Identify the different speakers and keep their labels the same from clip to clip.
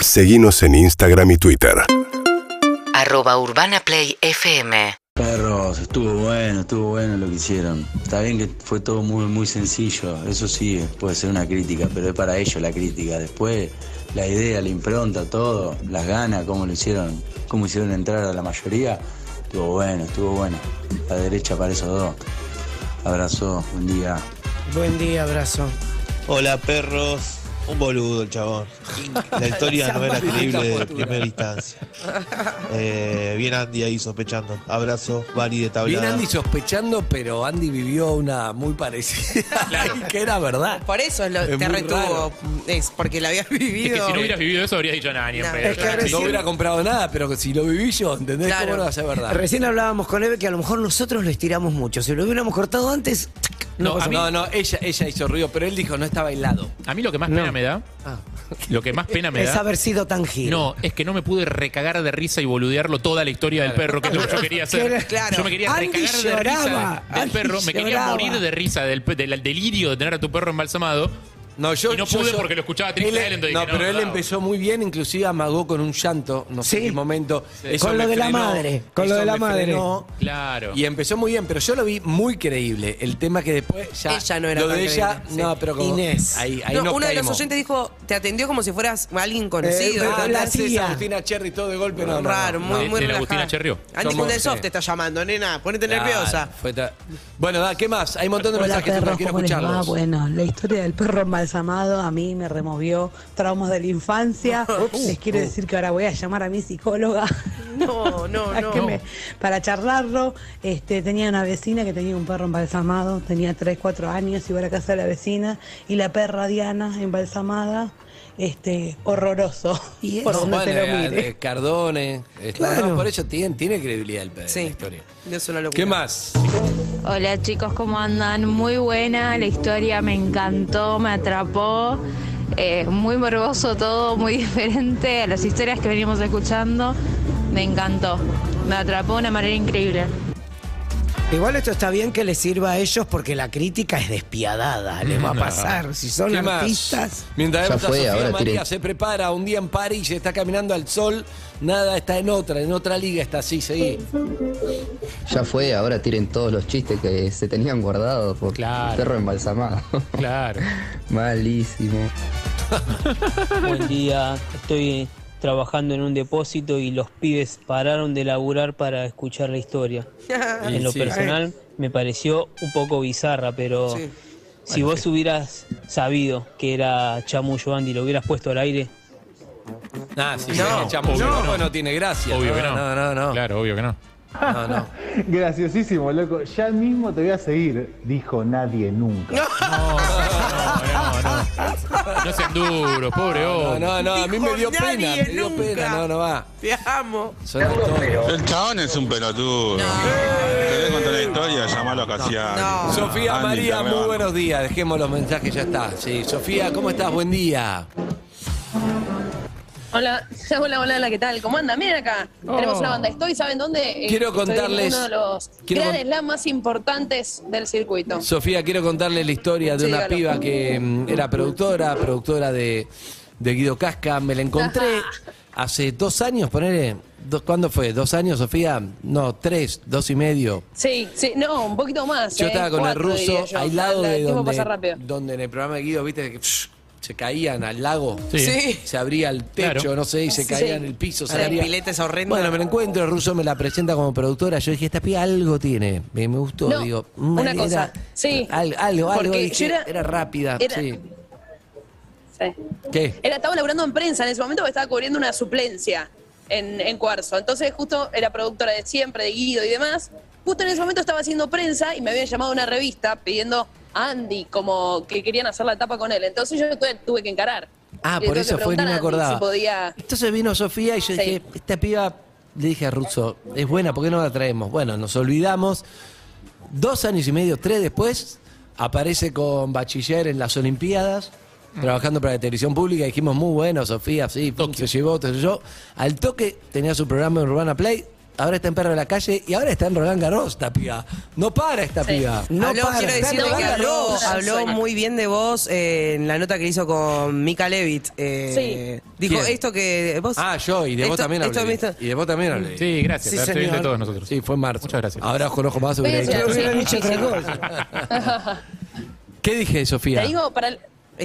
Speaker 1: Seguimos en Instagram y Twitter.
Speaker 2: arroba urbanaplayfm.
Speaker 3: Perros, estuvo bueno, estuvo bueno lo que hicieron. Está bien que fue todo muy, muy sencillo, eso sí, puede ser una crítica, pero es para ellos la crítica. Después, la idea, la impronta, todo, las ganas, cómo lo hicieron, cómo hicieron entrar a la mayoría, estuvo bueno, estuvo bueno. La derecha para esos dos. Abrazo, buen día.
Speaker 4: Buen día, abrazo.
Speaker 5: Hola perros, un boludo el chabón. La historia no era creíble de primera instancia. Eh, bien Andy ahí sospechando. Abrazo, Bari de
Speaker 6: Bien
Speaker 5: tablada.
Speaker 6: Andy sospechando, pero Andy vivió una muy parecida a la que era verdad.
Speaker 7: Por eso es lo-
Speaker 6: Es
Speaker 7: te
Speaker 6: muy
Speaker 7: retuvo.
Speaker 6: raro.
Speaker 7: Es porque la habías
Speaker 8: Es que
Speaker 7: vivido.
Speaker 8: si no hubieras vivido eso, habrías dicho nada, ni en
Speaker 7: No.
Speaker 8: pedo,
Speaker 7: Es
Speaker 8: yo
Speaker 4: que
Speaker 8: no
Speaker 4: recién-
Speaker 6: No
Speaker 8: existo".
Speaker 6: hubiera comprado nada, pero si lo viví yo, ¿entendés?
Speaker 7: Claro.
Speaker 6: ¿Cómo no va a ser verdad?
Speaker 4: Recién hablábamos con Eve que a lo mejor nosotros lo estiramos mucho. Si lo hubiéramos cortado antes,
Speaker 8: No,
Speaker 4: pues,
Speaker 6: No,
Speaker 8: a mí-
Speaker 6: no, no, ella, ella hizo ruido, pero él dijo, no estaba helado.
Speaker 8: A mí lo que más pena me da, lo que más pena me
Speaker 4: es
Speaker 8: da,
Speaker 4: haber sido tan gil.
Speaker 8: no, es que no me pude recagar de risa y boludearlo toda la historia del perro, que es lo que yo quería hacer.
Speaker 7: Claro.
Speaker 8: Yo me quería
Speaker 4: Andy
Speaker 8: recagar de
Speaker 4: lloraba,
Speaker 8: risa del
Speaker 4: Andy
Speaker 8: perro, me quería
Speaker 4: lloraba.
Speaker 8: morir de risa del, pe- del delirio de tener a tu perro embalsamado.
Speaker 6: No, yo,
Speaker 8: Y no
Speaker 6: yo-
Speaker 8: pude
Speaker 6: yo-
Speaker 8: porque lo escuchaba triste a él, entonces
Speaker 6: No,
Speaker 8: dije, no,
Speaker 6: pero él
Speaker 8: bravo.
Speaker 6: empezó muy bien, inclusive amagó con un llanto, no sé
Speaker 4: Sí.
Speaker 6: en qué momento. Eso
Speaker 4: Con lo
Speaker 6: me
Speaker 4: de la
Speaker 6: frenó,
Speaker 4: madre, con
Speaker 6: eso
Speaker 4: lo de la
Speaker 6: me
Speaker 4: madre.
Speaker 6: frenó.
Speaker 8: Claro.
Speaker 6: Y empezó muy bien, pero yo lo vi muy creíble. El tema que después ya.
Speaker 7: Ella no era
Speaker 6: Lo
Speaker 7: tan
Speaker 6: de ella,
Speaker 7: creíble,
Speaker 6: no,
Speaker 7: sí.
Speaker 6: pero como.
Speaker 4: Inés.
Speaker 6: Ahí, ahí
Speaker 7: No,
Speaker 6: nos
Speaker 7: uno de los
Speaker 6: caímos.
Speaker 7: oyentes dijo, te atendió como si fueras alguien
Speaker 4: Eh,
Speaker 7: conocido.
Speaker 4: pero
Speaker 7: Ah,
Speaker 4: la
Speaker 6: Haces
Speaker 4: tía.
Speaker 6: Agustina Cherry todo de golpe, no. no, no.
Speaker 7: raro, muy,
Speaker 8: De-
Speaker 7: muy
Speaker 8: de la
Speaker 7: relajada.
Speaker 8: Agustina Cherrió.
Speaker 7: Andy
Speaker 6: Somos-
Speaker 7: Kundelsoft
Speaker 6: sí.
Speaker 7: te está llamando, nena. Ponete
Speaker 6: Claro,
Speaker 7: nerviosa.
Speaker 6: fue ta- Bueno, nada, ¿qué más? Hay un montón de
Speaker 9: Hola
Speaker 6: mensajes, pero
Speaker 9: perros,
Speaker 6: quiero
Speaker 9: ¿cómo les va?
Speaker 6: escucharlos.
Speaker 9: Bueno, la historia del perro embalsamado a mí me removió traumas de la infancia.
Speaker 8: Uh,
Speaker 9: les quiero decir que ahora voy a llamar a mi psicóloga
Speaker 7: No, no,
Speaker 9: para, que
Speaker 7: no.
Speaker 9: me- para charlarlo. Este, tenía una vecina que tenía un perro embalsamado, tenía 3, 4 años, iba a la casa de la vecina y la perra Diana embalsamada, este, horroroso,
Speaker 4: ¿Y
Speaker 9: por
Speaker 4: eso?
Speaker 9: donde se lo
Speaker 6: Bueno,
Speaker 9: mire.
Speaker 6: eh, Cardone. eh,
Speaker 4: Claro.
Speaker 6: no, por eso tiene, tiene credibilidad el, pe-
Speaker 7: Sí.
Speaker 6: la historia.
Speaker 7: No es una locura.
Speaker 6: ¿Qué más?
Speaker 10: Hola chicos, ¿cómo andan? Muy buena la historia, me encantó, me atrapó. Eh, muy morboso todo, muy diferente a las historias que venimos escuchando. Me encantó, me atrapó de una manera increíble.
Speaker 4: Igual esto está bien que les sirva a ellos porque la crítica es despiadada. Les va a pasar. Si son
Speaker 6: ¿Qué más?
Speaker 4: artistas.
Speaker 6: Mientras
Speaker 3: Ya
Speaker 6: vemos a
Speaker 3: fue,
Speaker 6: Sofía
Speaker 3: ahora
Speaker 6: María
Speaker 3: tiré.
Speaker 6: se prepara un día en París, está caminando al sol, nada, está en otra, en otra liga está así, seguí.
Speaker 3: Ya fue, ahora tiren todos los chistes que se tenían guardados por
Speaker 8: Claro. perro
Speaker 3: embalsamado.
Speaker 8: Claro.
Speaker 3: Malísimo.
Speaker 11: Buen día, estoy trabajando en un depósito y los pibes pararon de laburar para escuchar la historia. En lo
Speaker 6: sí.
Speaker 11: personal me pareció un poco bizarra, pero
Speaker 7: Sí.
Speaker 11: si vos hubieras sabido que era Chamuyo Andy, lo hubieras puesto al aire.
Speaker 6: Ah, sí,
Speaker 7: No,
Speaker 6: no,
Speaker 8: obvio que
Speaker 6: no,
Speaker 8: no.
Speaker 6: no tiene gracia.
Speaker 8: Obvio que no.
Speaker 6: No, no, no.
Speaker 8: Claro, obvio que no.
Speaker 6: no, no.
Speaker 11: Graciosísimo, loco. Ya mismo te voy a seguir. Dijo nadie nunca.
Speaker 8: No, no, no, no. No sean duros, pobre
Speaker 6: No,
Speaker 8: hombre.
Speaker 6: no, no, a mí
Speaker 7: Dijo
Speaker 6: me dio pena,
Speaker 7: nadie
Speaker 6: me dio
Speaker 7: nunca.
Speaker 6: pena, no, no va.
Speaker 7: Te amo.
Speaker 6: Son actores.
Speaker 5: El chabón es un pelotudo. Querés contar la historia, llamalo a Casiano.
Speaker 7: No.
Speaker 6: Sofía
Speaker 8: Ah,
Speaker 6: María, muy buenos días, dejemos los mensajes, ya está. Sí, Sofía, ¿cómo estás? Buen día.
Speaker 10: Hola, hola, hola, hola, ¿qué tal? ¿Cómo andan? Miren acá, tenemos
Speaker 7: Oh.
Speaker 10: una banda. Estoy, ¿saben dónde?
Speaker 6: Quiero contarles-
Speaker 10: Uno de los
Speaker 6: quiero
Speaker 10: grandes
Speaker 6: con-
Speaker 10: las más importantes del circuito.
Speaker 6: Sofía, quiero contarles la historia de
Speaker 10: Sí,
Speaker 6: una
Speaker 10: dígalo.
Speaker 6: piba que mm, era productora, productora de, de Guido Casca. Me la encontré hace dos años, ponele. Dos, ¿Cuándo fue? ¿Dos años, Sofía? No, tres, dos y medio.
Speaker 10: Sí, sí, no, un poquito más.
Speaker 6: Yo
Speaker 10: eh,
Speaker 6: estaba con
Speaker 10: cuatro,
Speaker 6: el
Speaker 10: diría
Speaker 6: ruso
Speaker 10: yo.
Speaker 6: al lado
Speaker 10: El
Speaker 6: de
Speaker 10: tiempo pasa
Speaker 6: donde,
Speaker 10: rápido.
Speaker 6: donde en el programa de Guido, viste, que psh, se caían al lago.
Speaker 8: Sí.
Speaker 7: Sí.
Speaker 6: Se abría el techo,
Speaker 8: Claro.
Speaker 6: no sé, y se
Speaker 10: Sí.
Speaker 6: caía en el piso. Se
Speaker 7: Ahora
Speaker 6: abría.
Speaker 7: el pilete es horrendo.
Speaker 6: Bueno, me la encuentro, el ruso me la presenta como productora. Yo dije, esta piba algo tiene. Me, me gustó,
Speaker 10: No,
Speaker 6: digo. mm,
Speaker 10: una
Speaker 6: era-
Speaker 10: cosa, sí.
Speaker 6: al- algo, algo.
Speaker 10: Porque
Speaker 6: dije,
Speaker 10: yo
Speaker 6: era,
Speaker 10: era-
Speaker 6: rápida,
Speaker 10: era-
Speaker 6: sí.
Speaker 10: Sí.
Speaker 6: ¿Qué?
Speaker 10: Era, estaba laburando en prensa en ese momento porque estaba cubriendo una suplencia en, en Cuarzo. Entonces, justo era productora de siempre, de Guido y demás. Justo en ese momento estaba haciendo prensa y me habían llamado a una revista pidiendo a Andy como que querían hacer la etapa con él. Entonces yo tuve, tuve que encarar.
Speaker 6: Ah,
Speaker 10: Le
Speaker 6: por
Speaker 10: tuve
Speaker 6: eso
Speaker 10: que
Speaker 6: fue, ni
Speaker 10: preguntar
Speaker 6: me
Speaker 10: a Andy
Speaker 6: acordaba.
Speaker 10: Si podía...
Speaker 6: Entonces vino Sofía y yo
Speaker 10: Sí.
Speaker 6: dije, esta piba, le dije a Russo, es buena, ¿por qué no la traemos? Bueno, nos olvidamos. Dos años y medio, tres después, aparece con bachiller en las Olimpiadas, trabajando para la televisión pública. Dijimos, muy bueno, Sofía, sí, pum, se llevó, se yo. Al toque tenía su programa en Urbana Play, ahora está en Perro de la Calle y ahora está en Roland Garros, esta piba. No para esta piba. No
Speaker 12: habló,
Speaker 6: para.
Speaker 12: quiero
Speaker 6: está
Speaker 12: decirle
Speaker 6: en
Speaker 12: que
Speaker 6: Roland
Speaker 12: habló,
Speaker 6: Garros.
Speaker 12: habló muy bien de vos eh, en la nota que le hizo con Mika Levitt. eh, Dijo
Speaker 6: ¿Quién?
Speaker 12: esto que vos...
Speaker 6: Ah, yo, y de vos
Speaker 12: esto-
Speaker 6: también hablé.
Speaker 12: esto- esto-
Speaker 6: Y de vos también hablé.
Speaker 8: Sí, gracias.
Speaker 6: Sí,
Speaker 8: la
Speaker 6: señor.
Speaker 8: estuviste de todos nosotros.
Speaker 6: Sí, fue en marzo. Muchas gracias. Ahora con ojo más hubiera
Speaker 10: Besos,
Speaker 6: dicho-
Speaker 10: sí. Hubieran
Speaker 4: dicho otra cosa.
Speaker 6: ¿Qué dije, Sofía?
Speaker 10: Te digo, para, el-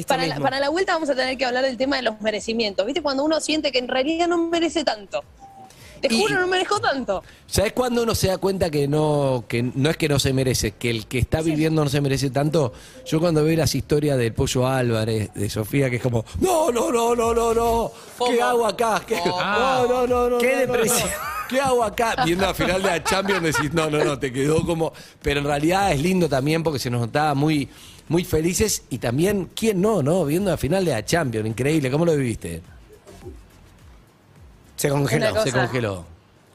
Speaker 10: para, la,
Speaker 6: mismo.
Speaker 10: para la vuelta vamos a tener que hablar del tema de los merecimientos. ¿Viste? Cuando uno siente que en realidad no merece tanto. Te juro, no merezco tanto.
Speaker 6: ¿Sabes cuándo uno se da cuenta que no, que no es que no se merece, que el que está viviendo no se merece tanto? Yo cuando veo las historias del Pollo Álvarez, de Sofía, que es como, no, no, no, no, no, no, ¿qué hago acá? ¿Qué,
Speaker 4: Ah.
Speaker 6: no, no, no, no,
Speaker 4: Qué
Speaker 6: no, no,
Speaker 4: depresión.
Speaker 6: no. ¿Qué hago acá? Viendo la final de la Champions decís, no, no, no, te quedó como... Pero en realidad es lindo también porque se nos notaba muy, muy felices y también, ¿quién no, no? Viendo la final de la Champions, increíble, ¿cómo lo viviste?
Speaker 4: Se congeló.
Speaker 10: Una
Speaker 6: Se
Speaker 10: cosa.
Speaker 6: congeló.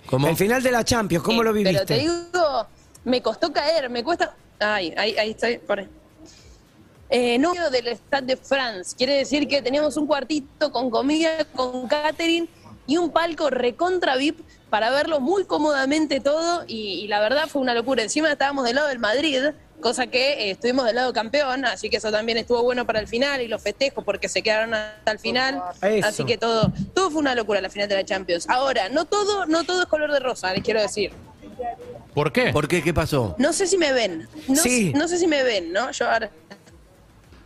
Speaker 6: ¿Cómo?
Speaker 4: El final de la Champions, ¿cómo
Speaker 12: Eh,
Speaker 10: Sí,
Speaker 4: lo viviste?
Speaker 10: Eh, Pero te digo, me costó caer, me cuesta. Ay, ahí, ahí estoy. por ahí. Eh, no del Stade de France. Quiere decir que teníamos un cuartito con comida, con catering y un palco recontra VIP para verlo muy cómodamente todo. Y, y la verdad fue una locura. Encima estábamos del lado del Madrid, cosa que eh, estuvimos del lado campeón. Así que eso también estuvo bueno para el final y los festejos porque se quedaron hasta el final.
Speaker 13: Eso.
Speaker 10: Así que todo, todo fue una locura la final de la Champions. Ahora, no todo, no todo es color de rosa, les quiero decir.
Speaker 8: ¿Por qué?
Speaker 6: ¿Por qué? ¿Qué pasó?
Speaker 10: No sé si me ven. No,
Speaker 6: Sí.
Speaker 10: sé- no sé si me ven, ¿no? Yo ahora.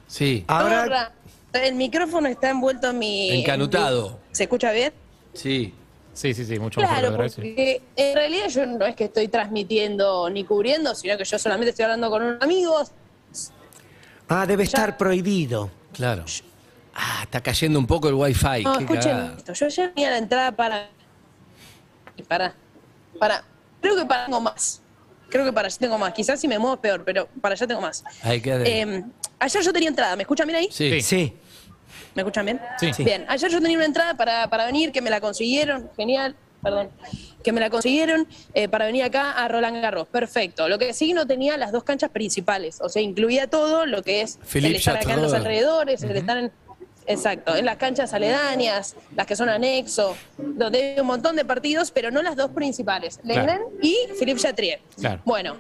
Speaker 6: Sí.
Speaker 10: Ahora, El micrófono está envuelto en mi.
Speaker 8: Encanutado.
Speaker 10: ¿Se escucha bien?
Speaker 8: Sí. Sí, sí, sí, mucho
Speaker 10: Claro,
Speaker 8: mejor que
Speaker 10: porque en realidad yo no es que estoy transmitiendo ni cubriendo, sino que yo solamente estoy hablando con unos amigos.
Speaker 4: Ah, debe estar prohibido.
Speaker 6: Claro. Ah, está cayendo un poco el wifi.
Speaker 10: No,
Speaker 6: qué
Speaker 10: escuchen
Speaker 6: cagada.
Speaker 10: esto. Yo ayer tenía la entrada para. Para. Para. Creo que para tengo más. Creo que para allá tengo más. Quizás si me muevo es peor, pero para allá tengo más.
Speaker 6: Ahí queda.
Speaker 10: Eh, ayer yo tenía entrada. ¿Me escuchan bien ahí?
Speaker 6: sí. Sí.
Speaker 10: ¿Me escuchan bien?
Speaker 6: Sí. Sí.
Speaker 10: Bien, ayer yo tenía una entrada para, para venir, que me la consiguieron, genial, perdón, que me la consiguieron eh, para venir acá a Roland Garros, perfecto. Lo que sí no tenía las dos canchas principales, o sea, incluía todo lo que es el
Speaker 6: Philippe
Speaker 10: estar acá en los
Speaker 6: Chateau.
Speaker 10: alrededores, el estar en... Exacto, en las canchas aledañas, las que son anexo, donde hay un montón de partidos, pero no las dos principales,
Speaker 13: Claro.
Speaker 10: Lenglen y Philippe Chatrier.
Speaker 13: Claro.
Speaker 10: Bueno,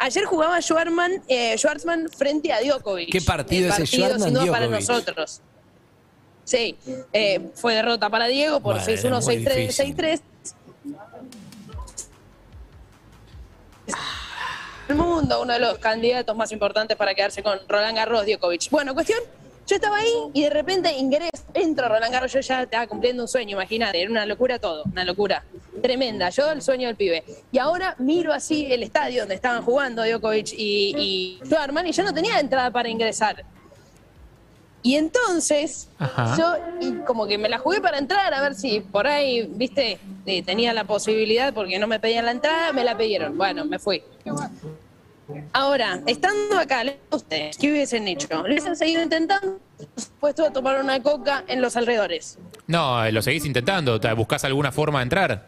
Speaker 10: ayer jugaba Schwarman, eh, Schwartzman frente a Djokovic.
Speaker 6: ¿Qué partido
Speaker 10: Eh,
Speaker 6: ese
Speaker 10: sin duda, para
Speaker 6: Schwartzman-Djokovic?
Speaker 10: nosotros. Sí, eh, fue derrota para Diego por
Speaker 6: Bueno,
Speaker 10: 6-1,
Speaker 6: muy
Speaker 10: 6-3,
Speaker 6: difícil.
Speaker 10: 6-3. El mundo, uno de los candidatos más importantes para quedarse con Roland Garros, Djokovic. Bueno, cuestión, yo estaba ahí y de repente ingreso, entro a Roland Garros, yo ya estaba cumpliendo un sueño, imagínate, era una locura todo, una locura tremenda, yo el sueño del pibe. Y ahora miro así el estadio donde estaban jugando Djokovic y, y Schwarman y yo no tenía entrada para ingresar. Y entonces,
Speaker 13: Ajá.
Speaker 10: yo y como que me la jugué para entrar, a ver si por ahí, viste, eh, tenía la posibilidad porque no me pedían la entrada, me la pidieron. Bueno, me fui. Ahora, estando acá, le- ustedes, ¿qué hubiesen hecho? Les han seguido intentando, por supuesto, a tomar una coca en los alrededores.
Speaker 8: No, eh, lo seguís intentando. ta- ¿Buscás alguna forma de entrar?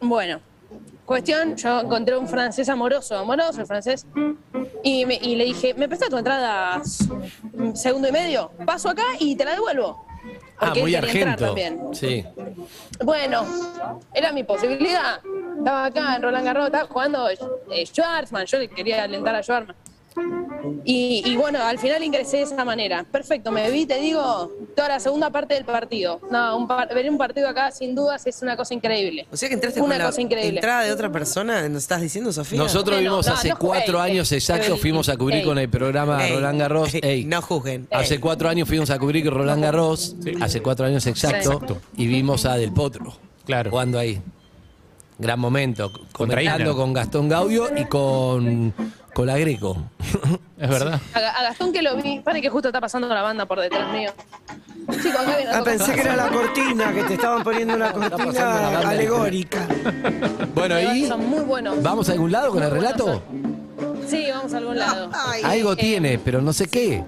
Speaker 10: Bueno, cuestión, yo encontré un francés amoroso, amoroso el francés, y, me- y le dije, ¿me prestás tu entrada s- un segundo y medio? Paso acá y te la devuelvo.
Speaker 6: Ah,
Speaker 10: Porque él
Speaker 6: muy
Speaker 10: quería entrar
Speaker 6: argento.
Speaker 10: también.
Speaker 6: Sí.
Speaker 10: Bueno, era mi posibilidad. Estaba acá en Roland Garros, estaba jugando eh, Schwartzman, yo le quería alentar a Schwartzman. Y, y bueno, al final ingresé de esa manera. Perfecto, me vi, te digo, toda la segunda parte del partido. No, un par- ver un partido acá sin dudas es una cosa increíble.
Speaker 12: O sea que entraste
Speaker 10: una
Speaker 12: con la
Speaker 10: cosa increíble.
Speaker 12: entrada de otra persona, ¿nos estás diciendo, Sofía?
Speaker 6: Nosotros vimos hace cuatro
Speaker 10: este.
Speaker 6: años exacto, fuimos a cubrir con el programa
Speaker 12: Ey.
Speaker 6: Roland Garros.
Speaker 12: No juzguen.
Speaker 6: Hace cuatro años fuimos a cubrir con Roland Garros, hace cuatro años exacto,
Speaker 12: Sí.
Speaker 6: y vimos a Del Potro jugando ahí. Gran momento, comentando
Speaker 8: Isla.
Speaker 6: con Gastón Gaudio y con, con la Greco.
Speaker 8: Es verdad.
Speaker 10: A, Ga- a Gastón que lo vi, para que justo está pasando la banda por detrás mío. Chicos, acá viene la
Speaker 4: Ah,
Speaker 10: copa.
Speaker 4: pensé que era la cortina, que te estaban poniendo una
Speaker 6: la
Speaker 4: cortina
Speaker 6: banda.
Speaker 4: alegórica.
Speaker 6: Bueno, ahí
Speaker 10: Son muy buenos.
Speaker 6: vamos a algún lado con el
Speaker 10: Muy buenos
Speaker 6: relato.
Speaker 10: son. Sí, vamos a algún lado.
Speaker 6: Algo
Speaker 10: Eh,
Speaker 6: tiene, pero no sé qué.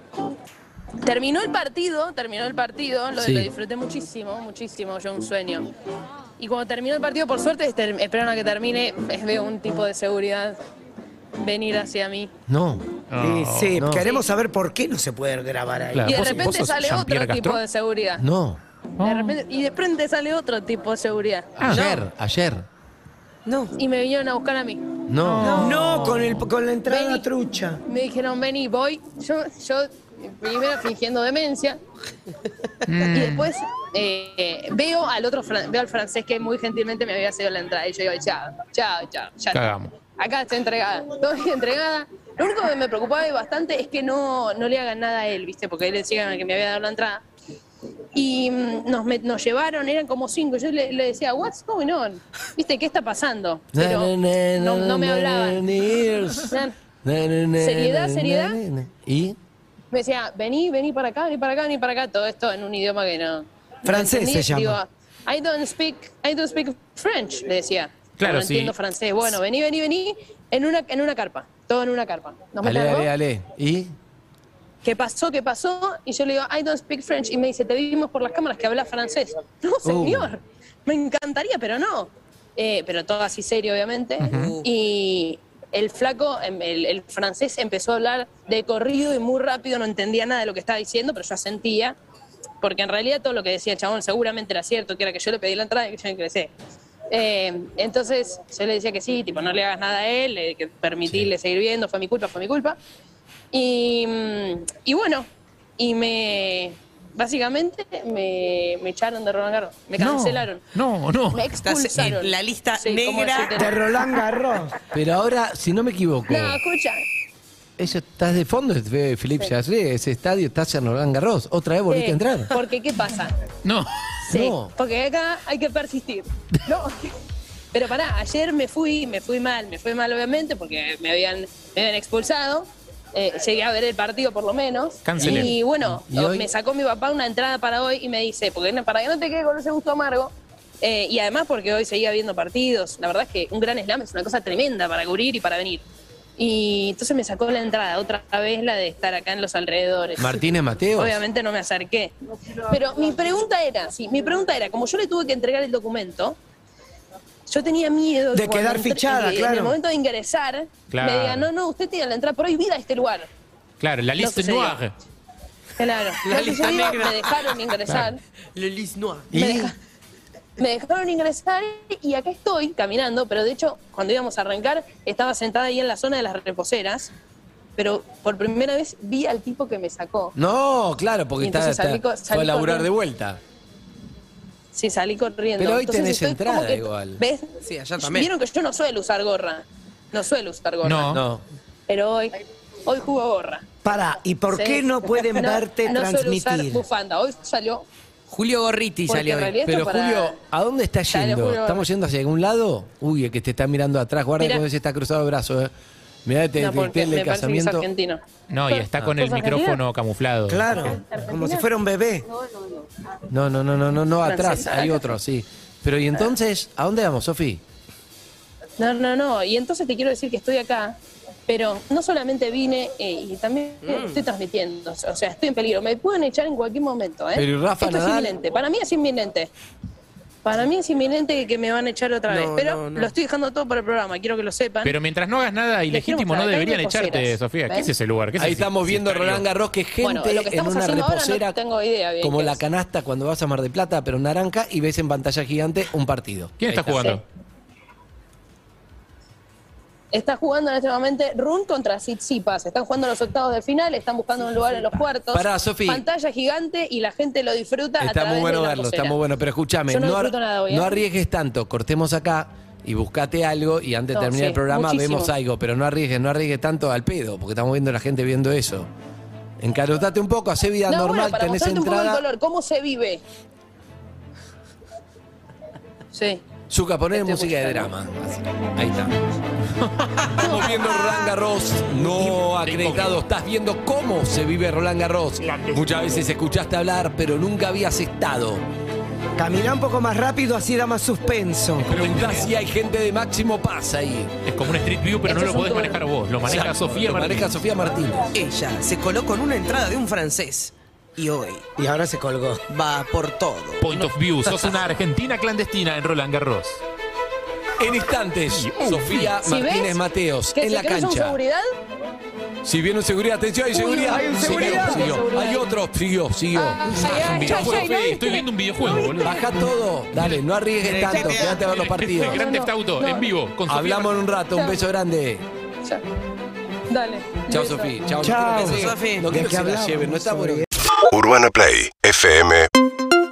Speaker 10: Terminó el partido, terminó el partido, lo,
Speaker 6: Sí.
Speaker 10: lo disfruté muchísimo, muchísimo, yo un sueño. Y cuando terminó el partido, por suerte, ter- esperaron a que termine, eh, veo un tipo de seguridad venir hacia mí.
Speaker 6: No.
Speaker 4: Sí, Eh, sí,
Speaker 6: No.
Speaker 4: queremos saber por qué no se puede grabar ahí.
Speaker 10: y de repente sale otro tipo de seguridad.
Speaker 6: No.
Speaker 10: De repente, y de repente sale otro tipo de seguridad.
Speaker 6: Ayer, ayer.
Speaker 10: No. Y me vinieron a buscar a mí.
Speaker 6: No.
Speaker 4: No, con, el, con la entrada trucha.
Speaker 10: Me dijeron, vení, voy. Yo, yo primero fingiendo demencia. Y después eh, veo al otro fran- veo al francés que muy gentilmente me había cedido la entrada. Y yo digo, chao, chao, chao, ya.
Speaker 8: Cagamos.
Speaker 10: Acá estoy entregada. Estoy entregada. Lo único que me preocupaba y bastante es que no, no le hagan nada a él, ¿viste? Porque él decía que me había dado la entrada. Y mm, nos, met- nos llevaron, eran como cinco. Yo le, le decía, what's going on? ¿Viste? ¿Qué está pasando? Pero no, no me hablaban. Seriedad,
Speaker 6: Seriedad,
Speaker 10: seriedad.
Speaker 6: ¿Y?
Speaker 10: Me decía, vení, vení para acá, vení para acá, vení para acá. Todo esto en un idioma que no.
Speaker 4: Francés
Speaker 10: no
Speaker 4: se
Speaker 10: entendí.
Speaker 4: llama.
Speaker 10: Digo, I don't speak, I don't speak French, le decía.
Speaker 6: Claro,
Speaker 10: no
Speaker 6: sí.
Speaker 10: entiendo francés. Bueno, vení, vení, vení. En una, en una carpa. Todo en una carpa. Nos
Speaker 6: Ale,
Speaker 10: metemos.
Speaker 6: ale, ale. ¿Y?
Speaker 10: ¿Qué pasó? ¿Qué pasó? Y yo le digo, I don't speak French. Y me dice, te vimos por las cámaras que hablas francés. No, señor. Me encantaría, pero no. Eh, pero todo así serio, obviamente. Y el flaco, em, el, el francés, empezó a hablar de corrido y muy rápido. No entendía nada de lo que estaba diciendo, pero yo sentía. Porque en realidad todo lo que decía el chabón seguramente era cierto, que era que yo le pedí la entrada y que yo ingresé. Eh, entonces yo le decía que sí, tipo, no le hagas nada a él, eh, que permitirle seguir viendo, fue mi culpa, fue mi culpa. Y, mm, y bueno, y me. Básicamente me, me echaron de Roland Garros. Me
Speaker 12: No,
Speaker 10: cancelaron.
Speaker 8: No, no.
Speaker 10: Me
Speaker 12: Estás
Speaker 10: expulsaron.
Speaker 12: en la lista
Speaker 10: Sí, como
Speaker 12: negra
Speaker 10: decirte-
Speaker 4: Garros.
Speaker 6: Pero ahora, si no me equivoco,
Speaker 10: No, escucha.
Speaker 6: eso estás de fondo, eh, Felipe
Speaker 10: Sí.
Speaker 6: Yacé, ese estadio está en Roland Garros. Otra vez volviste
Speaker 10: Sí,
Speaker 6: a entrar.
Speaker 10: eh, Porque, ¿qué pasa?
Speaker 8: No.
Speaker 10: Sí,
Speaker 6: No.
Speaker 10: porque acá hay que persistir. No. Pero pará, ayer me fui, me fui mal, me fui mal obviamente porque me habían, me habían expulsado. Eh, llegué a ver el partido por lo menos.
Speaker 8: Cancelé.
Speaker 10: Y bueno,
Speaker 8: ¿Y hoy?
Speaker 10: me sacó mi papá una entrada para hoy y me dice, porque no- para que no te quede con ese gusto amargo. eh, y además porque hoy seguía viendo partidos. La verdad es que un gran slam es una cosa tremenda para cubrir y para venir. Y entonces me sacó la entrada, otra vez la de estar acá en los alrededores.
Speaker 6: Martínez Mateos.
Speaker 10: Obviamente no me acerqué. Pero mi pregunta era, sí, mi pregunta era, como yo le tuve que entregar el documento, yo tenía miedo
Speaker 4: De
Speaker 10: cuando
Speaker 4: quedar
Speaker 10: entré-
Speaker 4: fichada,
Speaker 10: que En
Speaker 4: claro.
Speaker 10: el momento de ingresar,
Speaker 8: Claro.
Speaker 10: me digan, no, no, usted tiene la entrada prohibida a este lugar.
Speaker 8: Claro, la lista
Speaker 10: sucedió.
Speaker 8: noir.
Speaker 10: Claro.
Speaker 7: La
Speaker 10: Entonces
Speaker 7: lista
Speaker 10: yo digo,
Speaker 7: negra.
Speaker 10: Me dejaron ingresar.
Speaker 7: Le lis noir.
Speaker 10: Me dejaron ingresar y acá estoy caminando, pero de hecho, cuando íbamos a arrancar, estaba sentada ahí en la zona de las reposeras, pero por primera vez vi al tipo que me sacó.
Speaker 6: No, claro,
Speaker 10: Y
Speaker 6: porque está,
Speaker 10: entonces salí
Speaker 6: está-
Speaker 10: co- salí
Speaker 6: fue a laburar
Speaker 10: corriendo.
Speaker 6: de vuelta.
Speaker 10: Sí, salí corriendo.
Speaker 6: Pero hoy
Speaker 10: Entonces
Speaker 6: tenés
Speaker 10: estoy
Speaker 6: entrada
Speaker 10: como que-
Speaker 6: igual.
Speaker 10: ¿Ves?
Speaker 12: Sí, allá también.
Speaker 10: Vieron que yo no suelo usar gorra. No suelo usar gorra.
Speaker 6: No.
Speaker 10: Pero hoy, hoy jugo gorra.
Speaker 4: Para, ¿y por
Speaker 10: Sí.
Speaker 4: qué no pueden verte
Speaker 10: no No suelo
Speaker 4: transmitir?
Speaker 10: usar bufanda. Hoy salió
Speaker 12: Julio Gorriti
Speaker 10: Porque
Speaker 12: salió
Speaker 10: en
Speaker 12: hoy.
Speaker 10: realidad-
Speaker 6: Pero
Speaker 10: esto para-
Speaker 6: Julio, ¿a dónde estás
Speaker 10: Dale,
Speaker 6: yendo?
Speaker 10: Julio.
Speaker 6: ¿Estamos yendo hacia algún lado? Uy, el que te está mirando atrás, guarda
Speaker 10: Mirá.
Speaker 6: que a veces está cruzado el brazo. Eh. Mirá, te,
Speaker 10: no,
Speaker 6: te-
Speaker 10: porque
Speaker 6: tele
Speaker 10: me parece que es
Speaker 6: casamiento.
Speaker 10: argentino.
Speaker 8: No, y está con el
Speaker 10: ¿Sos
Speaker 8: micrófono
Speaker 10: argentino?
Speaker 8: camuflado.
Speaker 4: Claro, como si fuera un bebé.
Speaker 6: No, no, no, no, no, no, atrás,
Speaker 10: Francesa.
Speaker 6: hay otro, sí. Pero y entonces, ¿a dónde vamos, Sofi?
Speaker 10: No, no, no. Y entonces te quiero decir que estoy acá, pero no solamente vine eh, y también
Speaker 6: Mm.
Speaker 10: estoy transmitiendo. O sea, estoy en peligro. Me pueden echar en cualquier momento, ¿eh?
Speaker 6: Pero, ¿y Rafa
Speaker 10: Esto es
Speaker 6: Nadal?
Speaker 10: inminente. Para mí es inminente. Para mí es inminente que me van a echar otra
Speaker 12: No,
Speaker 10: vez. Pero
Speaker 12: no, no.
Speaker 10: lo estoy dejando todo para el programa, quiero que lo sepan.
Speaker 8: Pero mientras no hagas nada ilegítimo,
Speaker 10: mostrar,
Speaker 8: no
Speaker 10: acá hay
Speaker 8: deberían
Speaker 10: reposeras,
Speaker 8: echarte, Sofía. ¿Qué
Speaker 10: ¿ven?
Speaker 8: es ese lugar? ¿Qué es
Speaker 6: Ahí
Speaker 8: ese-
Speaker 6: estamos
Speaker 8: ese
Speaker 6: viendo a
Speaker 8: estadio?
Speaker 6: Roland Garros, que es gente
Speaker 10: Bueno, lo que
Speaker 6: en
Speaker 10: estamos
Speaker 6: una
Speaker 10: haciendo ahora no
Speaker 6: reposera
Speaker 10: tengo idea bien
Speaker 6: como
Speaker 10: qué
Speaker 6: la
Speaker 10: es.
Speaker 6: canasta cuando vas a Mar de Plata, pero naranja, y ves en pantalla gigante un partido.
Speaker 8: ¿Quién está
Speaker 6: Ahí
Speaker 8: jugando?
Speaker 10: Está jugando en este momento Run contra Tsitsipas. Están jugando los octavos de final, están buscando un lugar en los cuartos.
Speaker 6: Pará, Sofi.
Speaker 10: Pantalla gigante y la gente lo disfruta a
Speaker 6: Está
Speaker 10: través
Speaker 6: muy bueno
Speaker 10: de la
Speaker 6: verlo, está
Speaker 10: pulsera.
Speaker 6: muy bueno, pero escúchame,
Speaker 10: Yo no
Speaker 6: no, ar-
Speaker 10: disfruto nada hoy, ¿eh?
Speaker 6: no arriesgues tanto, cortemos acá y buscate algo y antes de
Speaker 10: No,
Speaker 6: terminar
Speaker 10: sí,
Speaker 6: el programa
Speaker 10: muchísimo.
Speaker 6: vemos algo, pero no arriesgues, no arriesgues tanto al pedo, porque estamos viendo la gente viendo eso. Encarotate un poco, hacé vida
Speaker 10: No,
Speaker 6: normal,
Speaker 10: bueno, para
Speaker 6: tenés
Speaker 10: mostrarte un poco el
Speaker 6: entrada.
Speaker 10: color, cómo se vive. Sí.
Speaker 6: Zuka, poner
Speaker 13: Este
Speaker 10: Estoy
Speaker 6: música de
Speaker 10: buscando.
Speaker 6: drama. Así. Ahí está. Estamos viendo Roland Garros, no acreditado. Estás viendo cómo se vive Roland Garros. Muchas veces escuchaste hablar, pero nunca habías estado.
Speaker 4: Caminá un poco más rápido, así da más suspenso.
Speaker 6: Preguntás si hay gente de máximo paz ahí.
Speaker 8: Es como un Street View, pero
Speaker 10: Este
Speaker 8: no
Speaker 10: es
Speaker 8: lo
Speaker 10: un
Speaker 8: podés
Speaker 10: tour.
Speaker 8: manejar vos. Lo maneja
Speaker 6: Exacto,
Speaker 8: Sofía
Speaker 6: lo
Speaker 8: Martínez.
Speaker 6: maneja Sofía Martínez.
Speaker 12: Ella se coló con una entrada de un francés. Y hoy
Speaker 4: Y ahora se colgó.
Speaker 12: va por todo.
Speaker 8: Point of View. Sos una argentina clandestina en Roland Garros.
Speaker 6: En instantes, Sofía
Speaker 10: Si
Speaker 6: Martínez
Speaker 10: ves
Speaker 6: Mateos
Speaker 10: que
Speaker 6: en
Speaker 10: si
Speaker 6: la
Speaker 10: querés un
Speaker 6: cancha.
Speaker 10: seguridad,
Speaker 6: Si viene un seguridad, atención, hay
Speaker 13: Uy,
Speaker 6: seguridad.
Speaker 13: hay un
Speaker 6: Siguió,
Speaker 13: seguridad.
Speaker 6: siguió.
Speaker 13: Seguridad.
Speaker 6: Hay otro, siguió, siguió.
Speaker 13: Ah,
Speaker 6: Es un
Speaker 13: ay, ay,
Speaker 6: videojuego,
Speaker 13: ay, ay,
Speaker 6: Fede,
Speaker 13: no
Speaker 10: este
Speaker 6: estoy viendo
Speaker 8: un videojuego, boludo.
Speaker 6: Baja todo, dale, no arriesgues
Speaker 8: Directo.
Speaker 6: tanto, quédate a ver los partidos.
Speaker 8: Grand Theft Auto, Este en vivo, con Sofía
Speaker 6: Hablamos en un rato, un beso grande.
Speaker 10: Dale.
Speaker 6: Chao, Sofi. Chao,
Speaker 12: Chao.
Speaker 6: No quiero que,
Speaker 12: Beso,
Speaker 6: se-
Speaker 12: Sofi.
Speaker 6: no quiero
Speaker 12: ¿De
Speaker 6: que
Speaker 12: qué
Speaker 6: se la
Speaker 12: hablamos?
Speaker 6: lleven, no está bueno.
Speaker 1: Urbana Play fm.com